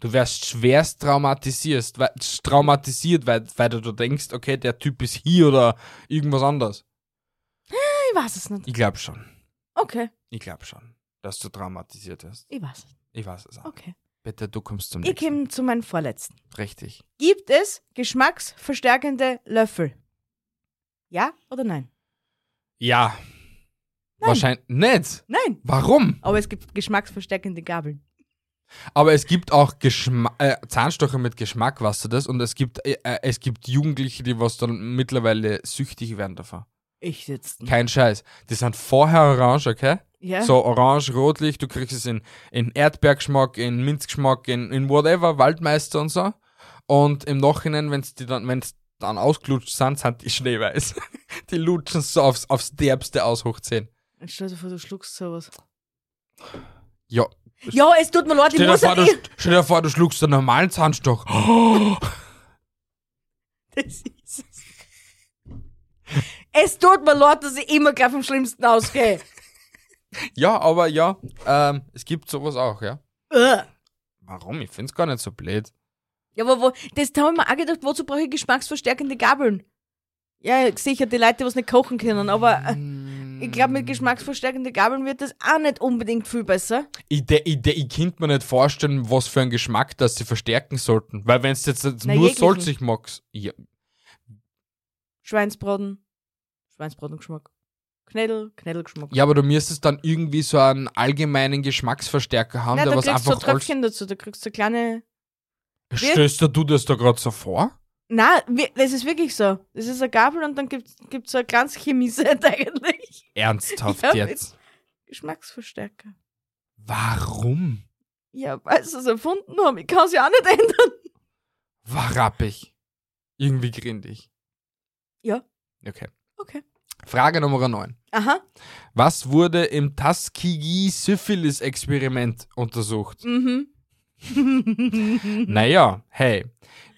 Du wärst schwerst traumatisiert, weil, traumatisiert, weil, weil du da denkst, okay, der Typ ist hier oder irgendwas anderes.
Ich weiß es nicht.
Ich glaube schon.
Okay,
Ich glaube schon, dass du traumatisiert wirst.
ich weiß es.
Ich weiß es auch.
Okay.
Bitte, du kommst zum
Ich
nächsten.
komme zu meinem vorletzten.
Richtig.
Gibt es geschmacksverstärkende Löffel? Ja oder nein?
Ja. Wahrscheinlich nicht.
Nein.
Warum?
Aber es gibt geschmacksverstärkende Gabeln.
Aber es gibt auch Geschma äh, Zahnstocher mit Geschmack, weißt du das? Und es gibt, äh, äh, es gibt Jugendliche, die was dann mittlerweile süchtig werden davon.
Ich sitze.
Kein Scheiß. Die sind vorher orange, okay?
Ja.
So orange, rotlich, du kriegst es in, in Erdbeergeschmack, in Minzgeschmack, in, in whatever, Waldmeister und so. Und im Nachhinein, wenn die dann, wenn's dann ausgelutscht sind, sind die schneeweiß. Die lutschen so aufs, aufs derbste aus hoch 10.
Stell dir vor, du schluckst sowas.
Ja.
Ja, es tut mir leid, ich
Stell dir,
muss
vor,
halt
du,
eh-
stell dir vor, du schluckst einen normalen Zahnstocher.
Das ist es. Es tut mir leid, dass ich immer gleich vom Schlimmsten ausgehe.
Ja, aber ja, ähm, es gibt sowas auch, ja.
Ugh.
Warum? Ich find's gar nicht so blöd.
ja, aber wo, das habe ich mir auch gedacht, wozu brauche ich geschmacksverstärkende Gabeln? Ja, sicher, die Leute, die was nicht kochen können, aber äh, Ich glaube,
Mm.
mit geschmacksverstärkenden Gabeln wird das auch nicht unbedingt viel besser.
Ich, de, ich, de, ich könnte mir nicht vorstellen, was für einen Geschmack das sie verstärken sollten. Weil wenn es jetzt
Na,
nur
jeglichen.
salzig magst, ja,
Schweinsbraten, Schweinsbratengeschmack. Knädel, Knädelgeschmack.
ja, aber du müsstest dann irgendwie so einen allgemeinen Geschmacksverstärker haben,
Nein,
der
da
was
kriegst du so
einfach alles...
Tröpfchen dazu, da kriegst du so kleine.
Stößt du das da gerade so vor?
Na, das ist wirklich so. Das ist eine Gabel und dann gibt's gibt's so ein kleines Chemieset eigentlich.
Ernsthaft
Ja,
jetzt?
Geschmacksverstärker.
Warum?
Ja, weil sie es erfunden haben. Ich kann es ja auch nicht ändern.
Warrappig. Irgendwie grindig.
Ja.
Okay.
Okay.
Frage Nummer 9.
Aha.
Was wurde im Tuskegee-Syphilis-Experiment untersucht?
Mhm.
Naja, hey.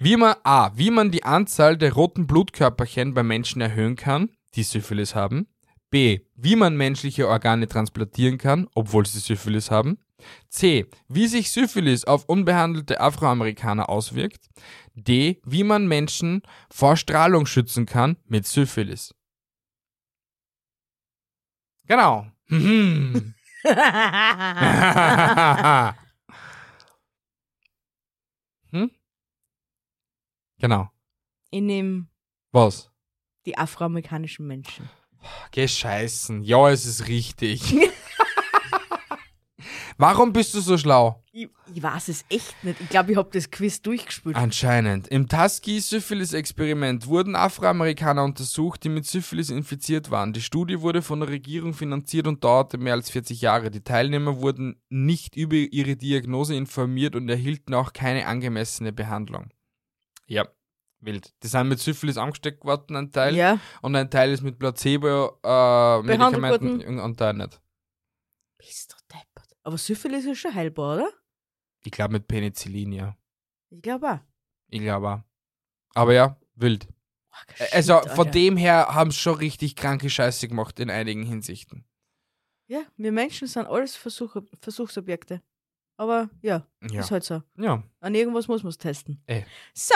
Wie man, A, wie man die Anzahl der roten Blutkörperchen bei Menschen erhöhen kann, die Syphilis haben. B, wie man menschliche Organe transplantieren kann, obwohl sie Syphilis haben. C, wie sich Syphilis auf unbehandelte Afroamerikaner auswirkt. D, wie man Menschen vor Strahlung schützen kann mit Syphilis. Genau. Mhm. Ah. hm? Genau.
ich nehme
Was?
die afroamerikanischen Menschen.
Gescheißen. Ja, es ist richtig. Warum bist du so schlau?
Ich, ich weiß es echt nicht. Ich glaube, ich habe das Quiz durchgespielt.
Ah, Anscheinend. Im Tuskegee-Syphilis-Experiment wurden Afroamerikaner untersucht, die mit Syphilis infiziert waren. Die Studie wurde von der Regierung finanziert und dauerte mehr als 40 Jahre. Die Teilnehmer wurden nicht über ihre Diagnose informiert und erhielten auch keine angemessene Behandlung. Ja, wild. Die sind mit Syphilis angesteckt worden, ein Teil.
Ja,
und ein Teil ist mit Placebo-Medikamenten
Behandelt
und da nicht.
bist du deppert. Aber Syphilis ist schon heilbar, oder?
Ich glaube mit Penicillin, ja.
Ich glaube auch.
Ich glaube auch. Aber ja, wild.
Ach,
Ä- also
shit,
von
Alter.
dem her haben sie schon richtig kranke Scheiße gemacht in einigen Hinsichten.
Ja, wir Menschen sind alles Versuche, Versuchsobjekte. Aber ja,
Ja.
ist halt so.
Ja,
An irgendwas muss man es testen.
Ey.
So,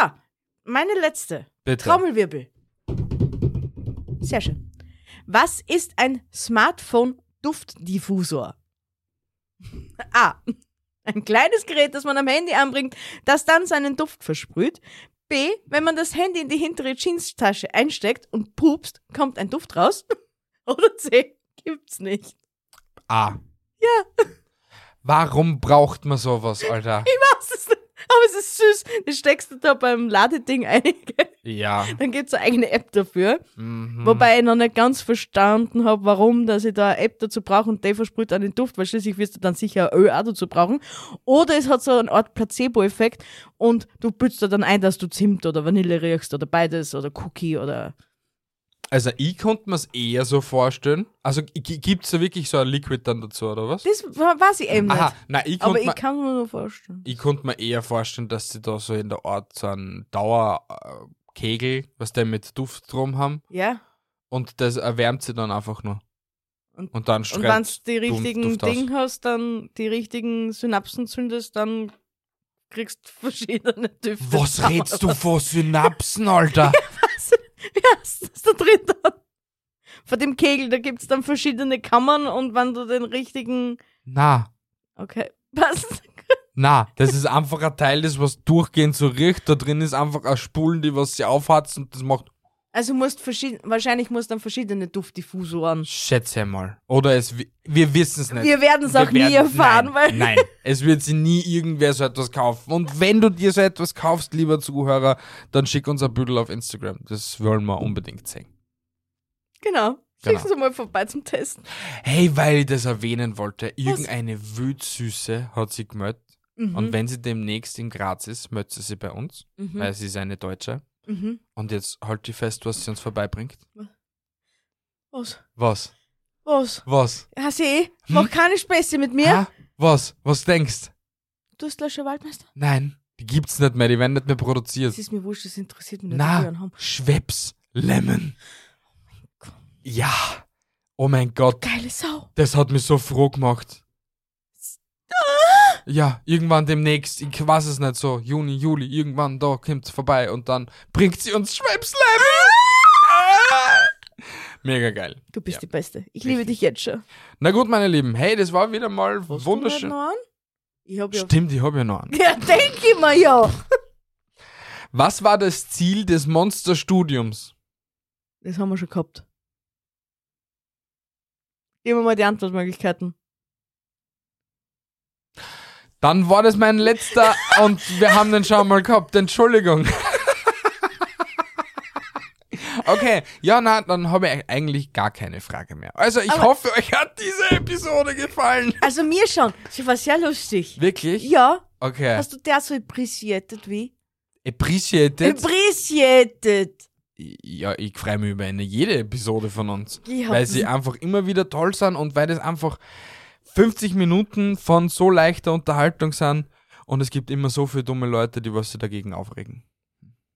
meine letzte.
bitte.
Trommelwirbel. Sehr schön. Was ist ein Smartphone-Duftdiffusor? A. Ein kleines Gerät, das man am Handy anbringt, das dann seinen Duft versprüht. B. Wenn man das Handy in die hintere Jeanstasche einsteckt und pupst, kommt ein Duft raus. Oder C. Gibt's nicht.
A. Ja. Ah. Warum braucht man sowas, Alter?
Was ist das? Aber es ist süß. Das steckst du da beim Ladeding ein. gell?
ja.
Dann gibt's eine eigene App dafür.
Mhm.
Wobei ich noch nicht ganz verstanden habe, warum, dass ich da eine App dazu brauche und die versprüht an den Duft, weil schließlich wirst du dann sicher ein Öl auch dazu brauchen. Oder es hat so eine Art Placebo-Effekt und du bützt da dann ein, dass du Zimt oder Vanille riechst oder beides oder Cookie oder.
Also ich konnte mir es eher so vorstellen. Also gibt es da wirklich so ein Liquid dann dazu, oder was?
Das wa- weiß ich eben
Aha,
nicht.
nein, ich
Aber
konnte
ich
mir
kann mir nur vorstellen.
ich konnte mir eher vorstellen, dass sie da so in der Art so einen Dauerkegel, was der mit Duft drum haben,
Ja.
und das erwärmt sie dann einfach nur.
Und-
Und dann
Und
schreit
wenn du die
Duft-
richtigen
Duft aus.
Dinge hast, dann die richtigen Synapsen zündest, dann kriegst du verschiedene Düfte.
Was redst du von Synapsen, Alter?
Ja, das ist der dritte. Von dem Kegel, da gibt's dann verschiedene Kammern und wenn du den richtigen.
na,
Okay, passt.
na, das ist einfach ein Teil, das was durchgehend so riecht. Da drin ist einfach eine Spulen, die was sie aufhatzt und das macht,
Also musst verschieden, wahrscheinlich musst dann verschiedene Duftdiffusoren.
schätze mal. Oder es, wi- wir wissen es nicht.
Wir werden's
Wir
auch nie
werden-
erfahren,
nein,
weil.
Nein, es wird sie nie irgendwer so etwas kaufen. Und wenn du dir so etwas kaufst, lieber Zuhörer, dann schick uns ein Büdel auf Instagram. Das wollen wir unbedingt sehen.
Genau. Schickst
Genau.
du mal vorbei zum Testen.
Hey, weil ich das erwähnen wollte, irgendeine Wütsüße hat sie gemeldet.
Mhm.
Und wenn sie demnächst in Graz ist, meldet sie sich bei uns, weil sie ist eine Deutsche.
Mhm.
Und jetzt halt die fest, was sie uns vorbeibringt.
Was?
Was?
Was?
Was?
Hast du eh? Mach keine Späße mit mir.
Ha? Was? Was denkst?
Du hast gleich Waldmeister?
Nein, die gibt's nicht mehr, die werden nicht mehr produziert.
Das ist mir wurscht, das interessiert mich nicht. die Bauern
Na,
haben. Oh
Schweppes Lemon.
Gott.
Ja. Oh mein Gott,
Geile Sau.
das hat mich so froh gemacht. Ja, irgendwann demnächst, ich weiß es nicht so, Juni, Juli, irgendwann da kommt's vorbei und dann bringt sie uns Schweppes Lemon. Ah! Mega geil.
Du bist die Beste. Ich liebe dich jetzt schon.
Na gut, meine Lieben. Hey, das war wieder mal
Du
wunderschön.
noch an? Ich hab ja.
Stimmt, ich habe ja noch einen.
Ja, denke ich mir ja.
Was war das Ziel des Monsterstudiums?
Das haben wir schon gehabt. Geben wir mal die Antwortmöglichkeiten.
Dann war das mein letzter und wir haben den schon mal gehabt. Entschuldigung. Okay, ja, na, dann habe ich eigentlich gar keine Frage mehr. Also, ich hoffe, euch hat diese Episode gefallen.
Also mir schon. Sie war sehr lustig.
Wirklich?
Ja.
Okay.
Hast du der so appreciated wie?
Appreciated.
Appreciated.
ja, ich freue mich über eine jede Episode von uns.
Ja.
Weil sie einfach immer wieder toll sind und weil das einfach 50 Minuten von so leichter Unterhaltung sind und es gibt immer so viele dumme Leute, die was sie dagegen aufregen.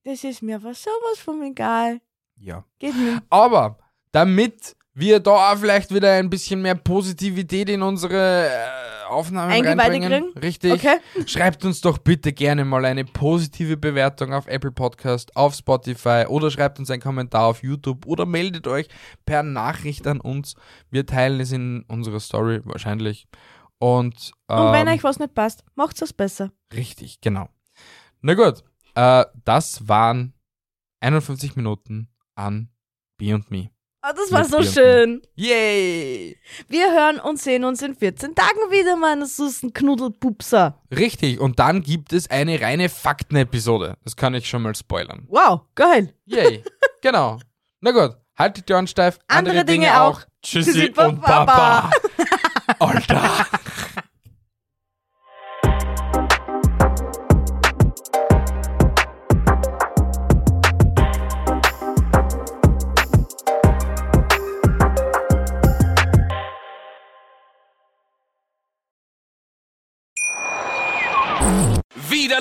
Das ist mir was sowas von egal.
Ja.
Geht mir.
Aber damit wir da auch vielleicht wieder ein bisschen mehr Positivität in unsere äh, Aufnahmen
Eingeweide
reinbringen.
kriegen?
Richtig.
Okay.
Schreibt uns doch bitte gerne mal eine positive Bewertung auf Apple Podcast, auf Spotify oder schreibt uns einen Kommentar auf YouTube oder meldet euch per Nachricht an uns. Wir teilen es in unserer Story wahrscheinlich. Und, ähm,
Und wenn euch was nicht passt, macht's es besser.
Richtig, genau. Na gut, äh, das waren 51 Minuten an B und Me.
Ah, das war
Mit
so
Bier.
schön.
Yay!
Wir hören und sehen uns in 14 Tagen wieder, meine süßen Knuddelpupser.
Richtig, und dann gibt es eine reine Fakten-Episode. Das kann ich schon mal spoilern.
Wow, geil.
Yay, genau. Na gut, haltet die Ohren steif.
Andere Dinge auch.
Tschüssi,
Tschüssi,
und Baba. Alter.
Wieder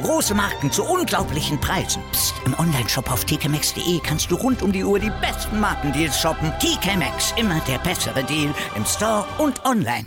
große Marken zu unglaublichen Preisen. Psst. Im Onlineshop auf tkmaxx.de kannst du rund um die Uhr die besten Markendeals shoppen. TK Maxx, immer der bessere Deal im Store und online.